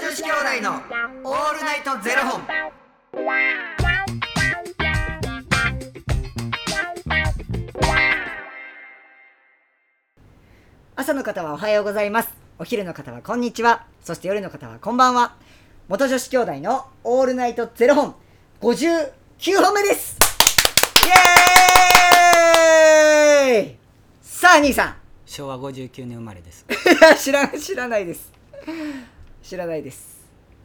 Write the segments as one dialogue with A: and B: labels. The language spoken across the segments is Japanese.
A: 子兄弟のオールナイトゼロ本。
B: 朝の方はおはようございますお昼の方はこんにちはそして夜の方はこんばんは元女子兄弟のオールナイトゼロ本59本目ですイエーイさあ兄さ
C: 昭和59年生まれです
B: んいや知ら知らないです知らないです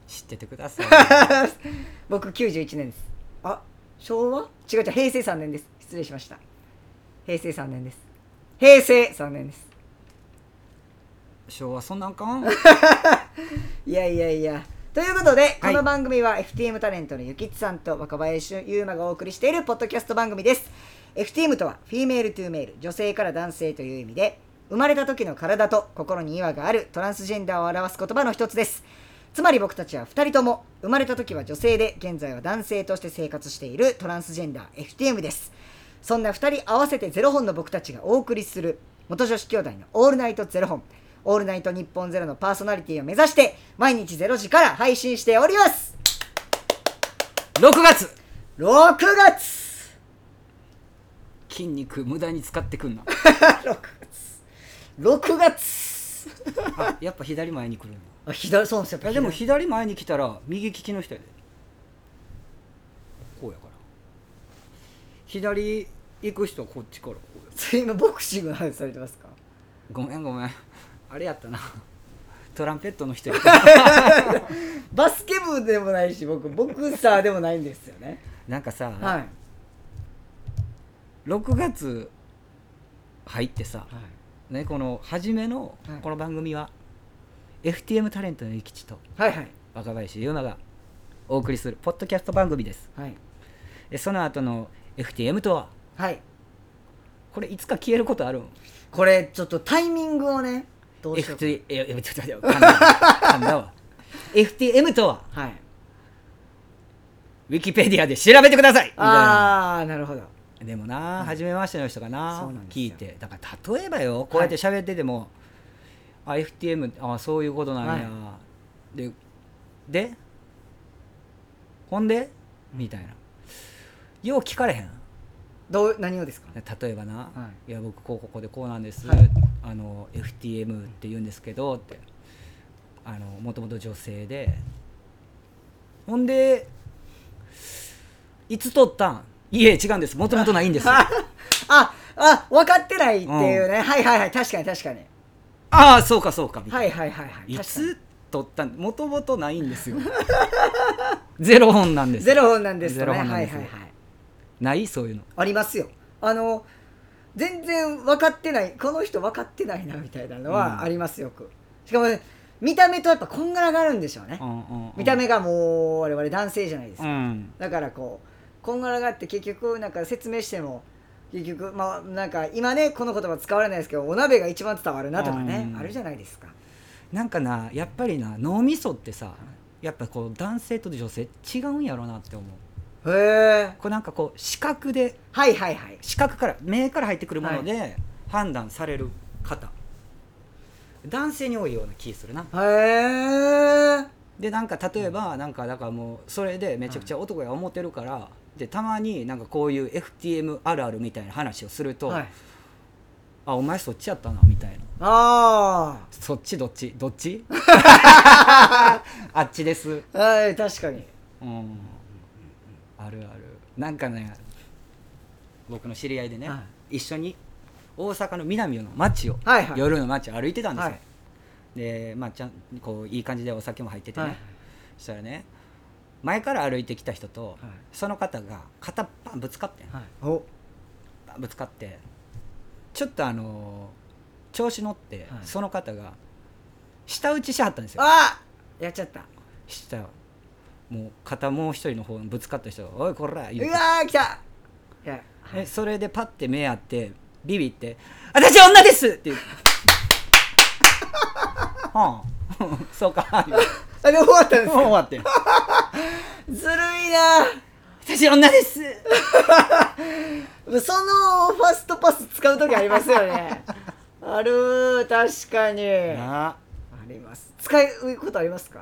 C: 知っててください
B: 僕91年ですあ昭和違う違う平成3年です失礼しました平成3年です平成3年です
C: 昭和そんなんかん
B: いやいやいや。ということで、
C: はい
B: この番組は FTM タレントのゆきっちさんと若林優馬がお送りしているポッドキャスト番組です。FTM とは、フィメールトゥーメール、女性から男性という意味で、生まれた時の体と心に違和があるトランスジェンダーを表す言葉の一つです。つまり僕たちは2人とも、生まれた時は女性で、現在は男性として生活しているトランスジェンダー FTM です。そんな2人合わせてゼロ本の僕たちがお送りする元女子兄弟のオールナイトゼロ本オールナイト日本ゼロのパーソナリティを目指して毎日ゼロ時から配信しております
C: 6月
B: 6月
C: 筋肉無駄に使ってくんな
B: 6月6月
C: あやっぱ左前に来るんだ
B: あ左そうなんですよ
C: いやでも左前に来たら右利きの人やでこうやから左行く人はこっちからこうや
B: 左 今ボクシングの話されてますか
C: ごめんごめんあれやったなトランペットの人や
B: バスケ部でもないし僕ボクサーでもないんですよね
C: なんかさ、
B: はい、はい、
C: 6月入ってさ、ね、この初めの
B: はい
C: この番組は、FTM タレントの諭吉と
B: はいはい
C: 若林優馬がお送りするポッドキャスト番組です
B: はい
C: でその後の FTM とは
B: はい
C: これいつか消えることあるん
B: これちょっとタイミングをねどうしようか
C: FT ええちょっと待って噛んだわ噛ん だわ FTM とは
B: はい
C: ウィキペディアで調べてくださいみたい
B: あ
C: な
B: あなるほど
C: でもな、初めましての人がな
B: そうなんですよ
C: 聞いてだから例えばよこうやって喋ってても、あ FTM あそういうことなんや、ででほんでみたいなよう聞かれへん
B: どう何をですか
C: 例えばな、、
B: はい
C: や僕こうここでこうなんです、
B: はい
C: あの FTM って言うんですけどってあのもともと女性でほんでいつ取ったんいえ違うんですもともとないんです あ
B: ああ分かってないっていうね、はいはいはい確かに確かに
C: あそうかそうかみた
B: はいい
C: な、
B: はいはいはい
C: い、
B: 確かに
C: つ取ったんもともとないんで すよゼロ本なんです
B: ゼロ本なんです
C: ゼ
B: よ
C: ロ
B: ねは
C: 本
B: いは
C: なん
B: い
C: です
B: は
C: よ
B: い
C: ないそういうの
B: ありますよあの全然分かってないこの人分かってないなみたいなの
C: うん
B: はありますよくしかもね、見た目とやっぱこんがらがるんでしょうね、
C: うんうんうん
B: 見た目がもう我々男性じゃないです
C: う
B: か、
C: ん
B: だからこうこんがらがって結局なんか説明しても結局まあなんか今ねこの言葉使われないですけどお鍋が一番伝わるなとかね、
C: うん
B: あるじゃないですか
C: なんかなやっぱりな脳みそってさやっぱこう男性と女性違うんやろなって思う
B: へえ
C: これなんかこう視覚で
B: はいはいはい
C: 視覚から目から入ってくるもので判断される方、男性に多いような気するな
B: へえ
C: でなんか例えばなんかだからもうそれでめちゃくちゃ男や思ってるから、でたまになんかこういう FTM あるあるみたいな話をすると、
B: はい、
C: あお前そっちやったなみたいな
B: あ
C: そっちどっちどっ ちあっちです
B: あはい確かに
C: うん、あるあるなんかね僕の知り合いでね、
B: は
C: 一緒に大阪の南の街を、
B: はいはい
C: 夜の街を歩いてたんですよ、
B: はい
C: でまあちゃんこういい感じでお酒も入っててね、
B: はい
C: そしたらね前から歩いてきた人と、
B: い
C: その方が肩パンぶつかってん、
B: はいお
C: パンぶつかってちょっとあのー調子乗って、
B: はい
C: その方が舌打ちしはったんですよ
B: あやっちゃった
C: したよもう片もう一人の方にぶつかった人が「おいこ
B: う
C: ら!」言うて
B: わー来たいや
C: えそれでパッて目合ってビビって「私女です!」って言う はあ そ うか言うて
B: あで終わったんで
C: もう終わって
B: すずるいな
C: 私女です
B: そのファストパス使う時ありますよ ねある確かにあ
C: なあ
B: ります使うことありますか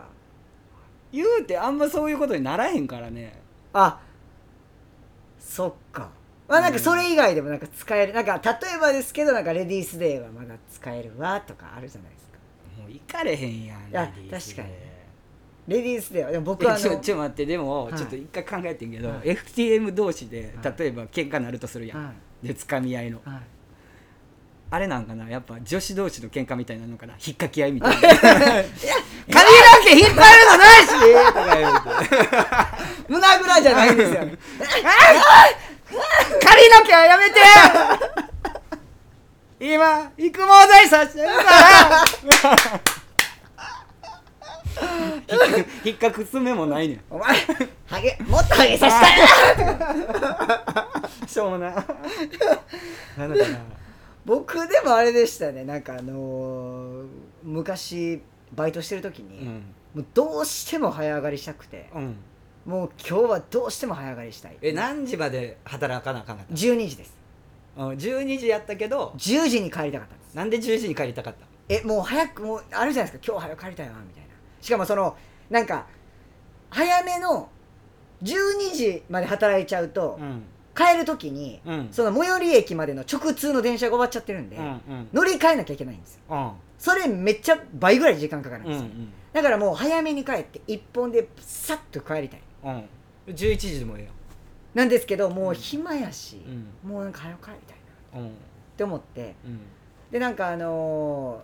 C: 言うてあんまそういうことにならへんからね
B: あそっかまあなんかそれ以外でもなんか使えるなんか例えばですけどなんかレディースデーはまだ使えるわとかあるじゃないですか
C: もう行かれへんやん
B: いや
C: レディースで
B: 確かにレディースデーはでも僕はあ
C: えちょ
B: の
C: ちょっと待ってでも、
B: はい
C: ちょっと一回考えてんけど、
B: はい
C: FTM 同士で
B: はい
C: 例えば喧嘩なるとするやん、
B: は
C: でつかみ合いの、
B: いはい
C: あれなんかなやっぱ女子同士の喧嘩みたいなのかな引っかき合いみ たいな
B: 髪の毛引っ張るのないし胸ぐらじゃないんです よね
C: 借りなきゃやめて 今育毛剤さしてるから 引っかく爪もないねん
B: お前ハゲもっとハゲさせたい
C: しょうもななんだかな
B: 僕でもあれでしたねなんかあのー昔バイトしてる時
C: う
B: に、
C: ん、
B: もうどうしても早上がりしたくて
C: うん、
B: もう今日はどうしても早上がりしたい
C: え何時まで働かなあかんかった
B: 12時です
C: うん12時やったけど
B: 10時に帰りたかったんです
C: なんで10時に帰りたかった
B: えもう早くもうあるじゃないですか今日早く帰りたいわみたいなしかもそのなんか早めの12時まで働いちゃうと、
C: ん
B: 帰る時に、
C: うん
B: その最寄り駅までの直通の電車が終わっちゃってるんで、
C: うん
B: 乗り換えなきゃいけないんですよ
C: うん
B: それめっちゃ倍ぐらい時間かかるん
C: う
B: で
C: ん
B: すよ、だからもう早めに帰って一本でさっと帰りたい
C: うん11時でもえ
B: なんですけどもう暇やし、
C: えやん
B: もうなんか早く帰りたいな
C: うんうん
B: って思って
C: うん
B: でなんかあの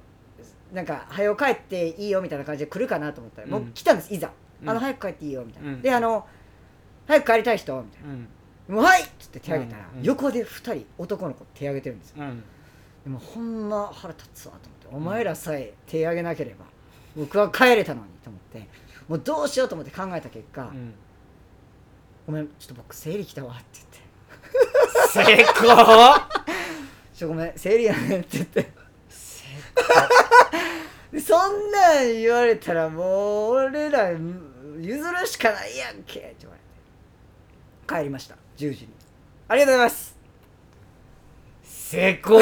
B: ーなんか早く帰っていいよみたいな感じで来るかなと思ったら、もう来たんですいざ、
C: うん
B: あの早く帰っていいよみたいな、
C: うん
B: であの早く帰りたい人みたいな
C: うん
B: 「もうはい!」っつって手挙げたら、
C: うんうん
B: 横で2人男の子手挙げてるんですよ
C: うん
B: でもほんま腹立つわと思ってお前らさえ手挙げなければ僕は帰れたのにと思ってもうどうしようと思って考えた結果「
C: うん
B: ごめんちょっと僕生理来たわ」って言って
C: 成功
B: 「ちょごめん生理やねん」って言って でそんなん言われたらもう俺らうん譲るしかないやんけって言われて帰りました10時にありがとうございます
C: 成功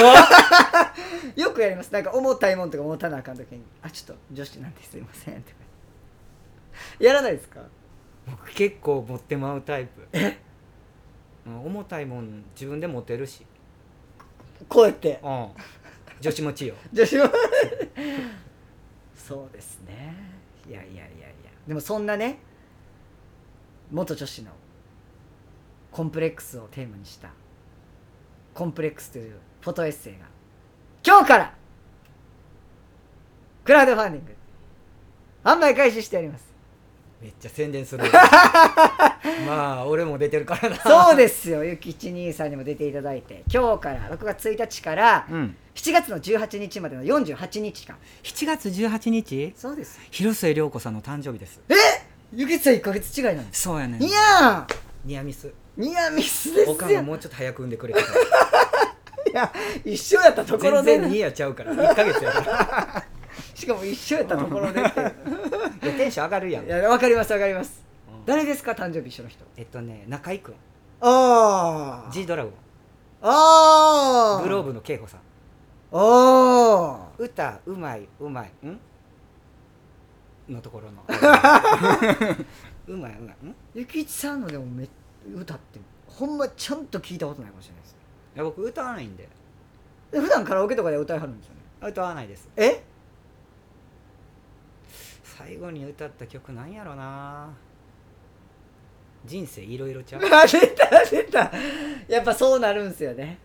B: よくやりますなんか重たいもんとか持たなあかん時に「あちょっと女子なんですいません」とかやらないですか
C: 僕結構持ってまうタイプうん重たいもん自分で持てるし
B: こうやって
C: うん女子持ちよ
B: 女子もそうですねいやいやいやいやでもそんなね元女子のコンプレックスをテーマにした「コンプレックス」というフォトエッセイが今日からクラウドファンディング販売開始しており ます
C: めっちゃ宣 伝するまあ俺も出てるからな
B: そうですよゆきちにさんにも出ていただいて今日から6月1日から
C: うん
B: 7月の18日までの48日間
C: 7月18日
B: そうですよ
C: 広末涼子さんの誕生日です
B: えゆきちさん1か月違いなんです
C: そうやねん
B: いや
C: ニアミス
B: ーニアミスです
C: おかん
B: よ
C: ももうちょっと早く産んでくれたら
B: いや一緒やったところ
C: 全
B: で
C: 然ニアちゃ うから1ヶ月やから
B: しかも一緒やったところでっていう
C: いやテンション上がるやん
B: いやわかりますわかります
C: うん
B: 誰ですか誕生日一緒の人
C: えっとね中居君
B: あ
C: G ドラゴ
B: あ
C: ングローブの恵子さん
B: あ
C: 歌うまいうまいんのところの うまいうまいんい
B: ゆきちさんのでもめ歌ってほんまちゃんと聞いたことないかもしれないです
C: や僕歌わないんで
B: で普段カラオケとかで歌いはるんですよね
C: 歌わないです
B: え
C: 最後に歌った曲なんやろな人生いろい ろちゃう
B: あ出た出たやっぱそうなるんですよね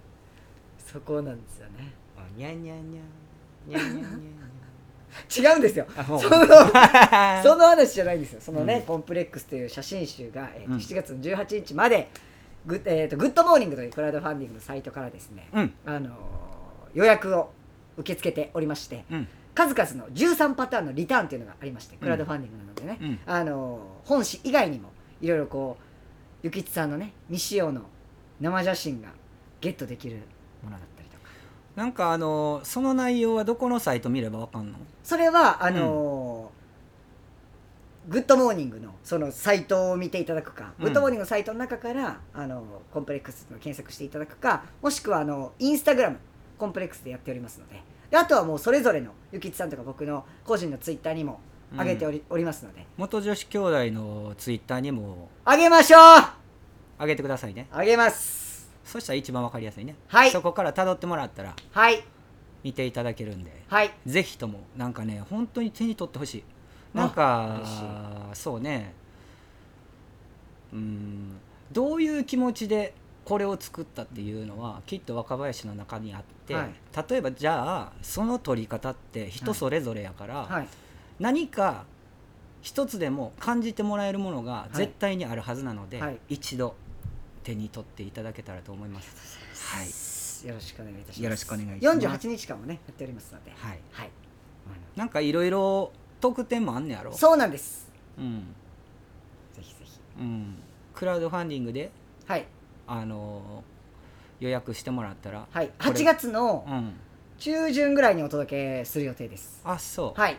B: そこなんですよね
C: あにゃんにゃんにゃんにゃんにゃんにゃんに
B: 違うんですよ
C: ゃんあもう
B: そ のその話じゃないんですよ。そのね、
C: うん
B: コンプレックスという写真集が、えー
C: うん
B: 7月の18日まで、グッえーとグッドモーニングというクラウドファンディングのサイトからですね、
C: うん
B: あのー予約を受け付けておりまして、
C: うん
B: 数々の13パターンのリターンというのがありまして、クラウドファンディングなのでね、
C: うん
B: あのー本誌以外にもいろいろこう、ゆきちさんのね、未使用の生写真がゲットできるものだったりとか、
C: なんかあのその内容はどこのサイト見ればわかんの
B: それはあのーグッドモーニングのそのサイトを見ていただくか、
C: うん
B: グッドモーニングのサイトの中からあのーコンプレックスの検索していただくかもしくはあのインスタグラムコンプレックスでやっておりますのでであとはもうそれぞれのゆきちさんとか僕の個人のツイッターにも上げており,、おりますので
C: 元女子兄弟のツイッターにも
B: 上げましょ
C: 上げてくださいね
B: う上げます
C: そしたら一番わかりやすいね、
B: はい
C: そこから辿ってもらったら
B: はい
C: 見ていただけるんで
B: はい
C: ぜひともなんかね本当に手に取ってほしい
B: あ
C: なんか
B: 嬉し
C: そうねうんどういう気持ちでこれを作ったっていうのはきっと若林の中にあって、
B: はい
C: 例えばじゃあその取り方って人それぞれやから、
B: はい
C: 何か一つでも感じてもらえるものが絶対にあるはずなので、
B: はい
C: 一度手に取っていただけたらと思います。はい、
B: よろしくお願いいたします
C: よろしくお願いします
B: 48日間もねやっておりますので
C: はい、
B: はい
C: なんかいろいろ特典もあんねやろ
B: そうなんです
C: うん
B: ぜひぜひ
C: うん、クラウドファンディングで、
B: はい
C: あのー予約してもらったら、
B: はい
C: これ
B: 8月の
C: うん、
B: 中旬ぐらいにお届けする予定です
C: あそう、
B: はい
C: う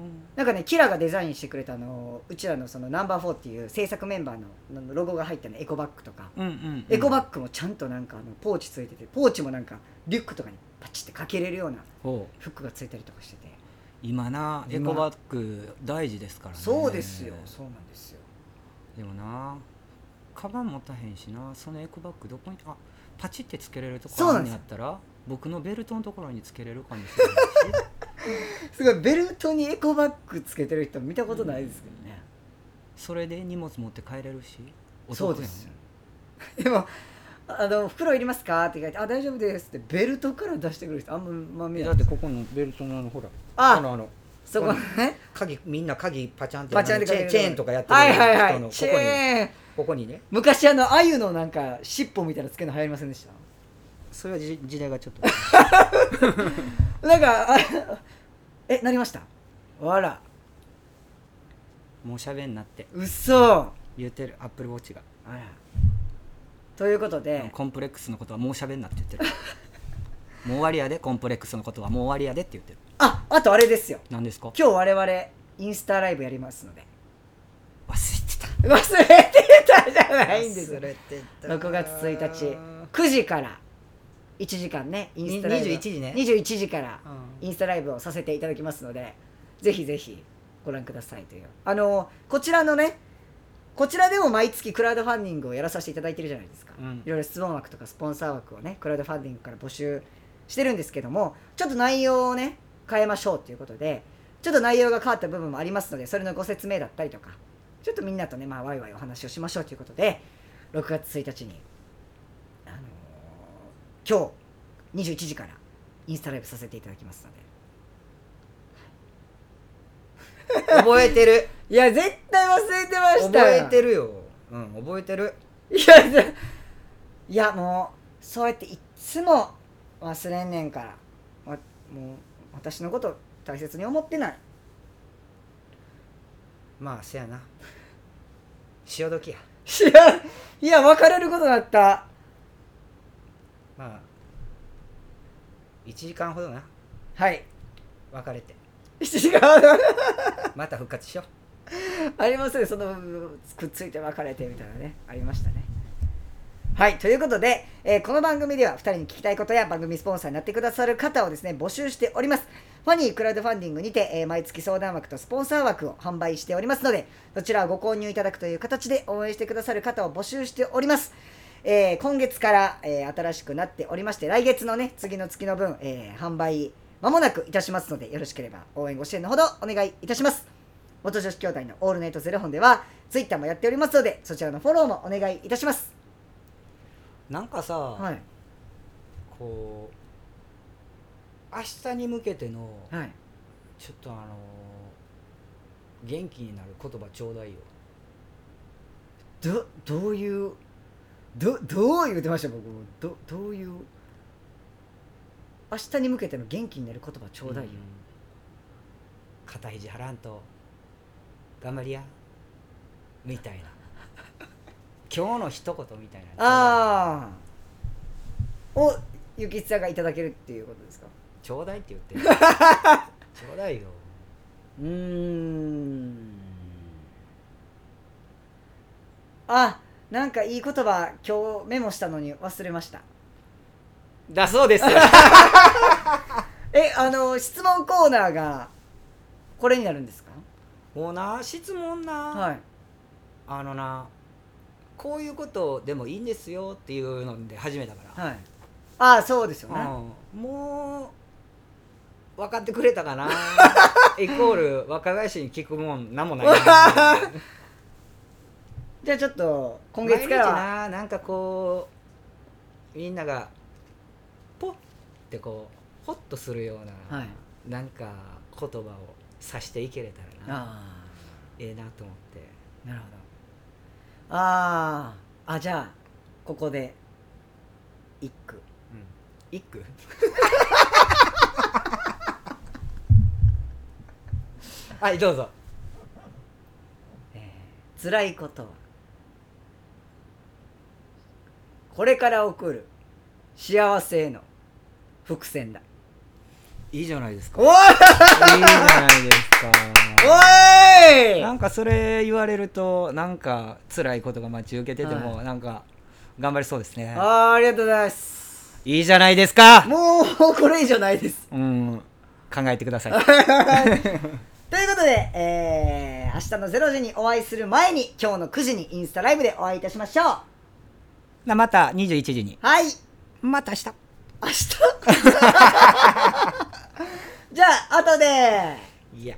C: ん
B: なんかねキラがデザインしてくれたあのうちらのそのナンバー4っていう制作メンバーののロゴが入ったねエコバッグとか、
C: うんうん
B: エコバ
C: グ
B: ッグもちゃんとなんかあのポーチついててポーチもなんかリュックとかにパチってかけれるような
C: ほう
B: フックがついたりとかしてて、
C: 今なエ
B: 今
C: コバッグ大事ですからね
B: そうですよそうなんですよ
C: でもなカバン持たへんしなそのエコバッグどこにあパチってつけれるとこ
B: そう
C: ろ
B: なんで
C: に
B: す
C: あったら僕のベルトのところにつけれるかもしれない し
B: すごいベルトにエコバッグつけてる人見たことないですけどね、
C: それで荷物持って帰れるしお
B: そう
C: 得
B: で
C: やん
B: すよでもあの袋いりますか?」って言われて「あ大丈夫です」ってベルトから出してくる人あんまま見
C: え
B: ない
C: だってここのベルトのあのほら
B: あ
C: このあの
B: そこね
C: 鍵みんな鍵パチャ ンって
B: バチャンって
C: チ
B: かけ
C: ェーン
B: る
C: チェーンとかやってる
B: はいはいはい
C: 人のこ
B: チ
C: こに
B: ェーン
C: ここにね
B: 昔あの鮎のなんか尻尾みたいなのつけるの流行りませんでした
C: それはじ時代がちょっと
B: なんかあ えなりましたあら
C: もうしゃべんなって
B: うそ
C: 言ってるアップルウォッチが、
B: あらということで
C: コンプレックスのことはもうしゃべんなって言 ってるもう終わりやでコンプレックスのことはもう終わりやでって言ってる
B: ああとあれですよ
C: 何ですか
B: 今日我々インスタライブやりますので
C: 忘れてた
B: 忘れてたじゃないんです
C: 忘れてた
B: 6月1日9時から1時間ねインスタライブ
C: に21時ね
B: 21時から
C: うん
B: インスタライブをさせていただきますのでぜひぜひご覧くださいというあのこちらのねこちらでも毎月クラウドファンディングをやらさせていただいてるじゃないですか、
C: うん
B: いろいろ質問枠とかスポンサー枠をねクラウドファンディングから募集してるんですけどもちょっと内容をね変えましょうということでちょっと内容が変わった部分もありますのでそれのご説明だったりとかちょっとみんなとね、まあ、ワイワイお話をしましょうということで6月1日に、あのー今日21時からインスタライブさせていただきますので
C: 覚えてる
B: いや絶対忘れてました
C: 覚えて
B: る
C: るようん覚えてる
B: いやじゃいやもうそうやっていっつも忘れんねんからわもう私のこと大切に思ってない
C: まあせやな潮時や
B: いやいや別れることだった
C: まあ1時間ほどな
B: はい
C: 別れて
B: 7時間
C: また復活しよう
B: ありますねそのくっついて別れてみたいなねありましたねはいということで、えーこの番組では2人に聞きたいことや番組スポンサーになってくださる方をですね募集しておりますファニークラウドファンディングにて、えー毎月相談枠とスポンサー枠を販売しておりますのでそちらをご購入いただくという形で応援してくださる方を募集しておりますえー今月から、えー新しくなっておりまして来月のね次の月の分、えー販売まもなくいたしますのでよろしければ応援ご支援のほどお願いいたします元女子兄弟のオールナイトゼロ本ではツイッターもやっておりますのでそちらのフォローもお願いいたします
C: なんかさ、
B: はい
C: こう明日に向けての
B: はい
C: ちょっとあのー元気になる言葉ちょうだいよ
B: どどういうどどう言ってました僕どどういう明日に向けての元気になる言葉ちょうだいよ、
C: ん肩肘張らんと頑張りやみたい な今日の一言みたいな
B: ああをゆきつさんがいただけるっていうことですか
C: ちょうだいっ て言ってるちょうだいよ
B: うーんあなんかいい言葉今日メモしたのに忘れました
C: だそうです
B: えあの質問コーナーがこれになるんですか
C: もうな質問な、
B: はい
C: あのなこういうことでもいいんですよっていうので始めたから、
B: はいああそうですよね、
C: うんもう分かってくれた かなイコール若林に聞くもんなんもないな
B: じゃあちょっと 今月からは
C: 毎日ななんかこうみんながポッってこうホッとするような、
B: はい
C: なんか言葉をさしていけれたらな
B: あ
C: ええなと思って
B: あなるほどあああじゃあここで一句
C: 一句 はいどうぞ
B: 辛いことはこれから起こる幸せへの伏線だ
C: いいじゃ ないですか
B: おい
C: いいじゃないですか
B: おい
C: なんかそれ言われるとなんか辛いことが待ち受けてても、
B: は
C: なんか頑張れそうですね
B: あーありがとうございます
C: いいじゃないですか
B: もうこれ以上ないです
C: うん考えてください
B: ということで、えー、明日の0時にお会いする前に今日の9時にインスタライブでお会いいたしましょう
C: なまた21時に
B: はい
C: また明日
B: 明日 じゃあ後で
C: いや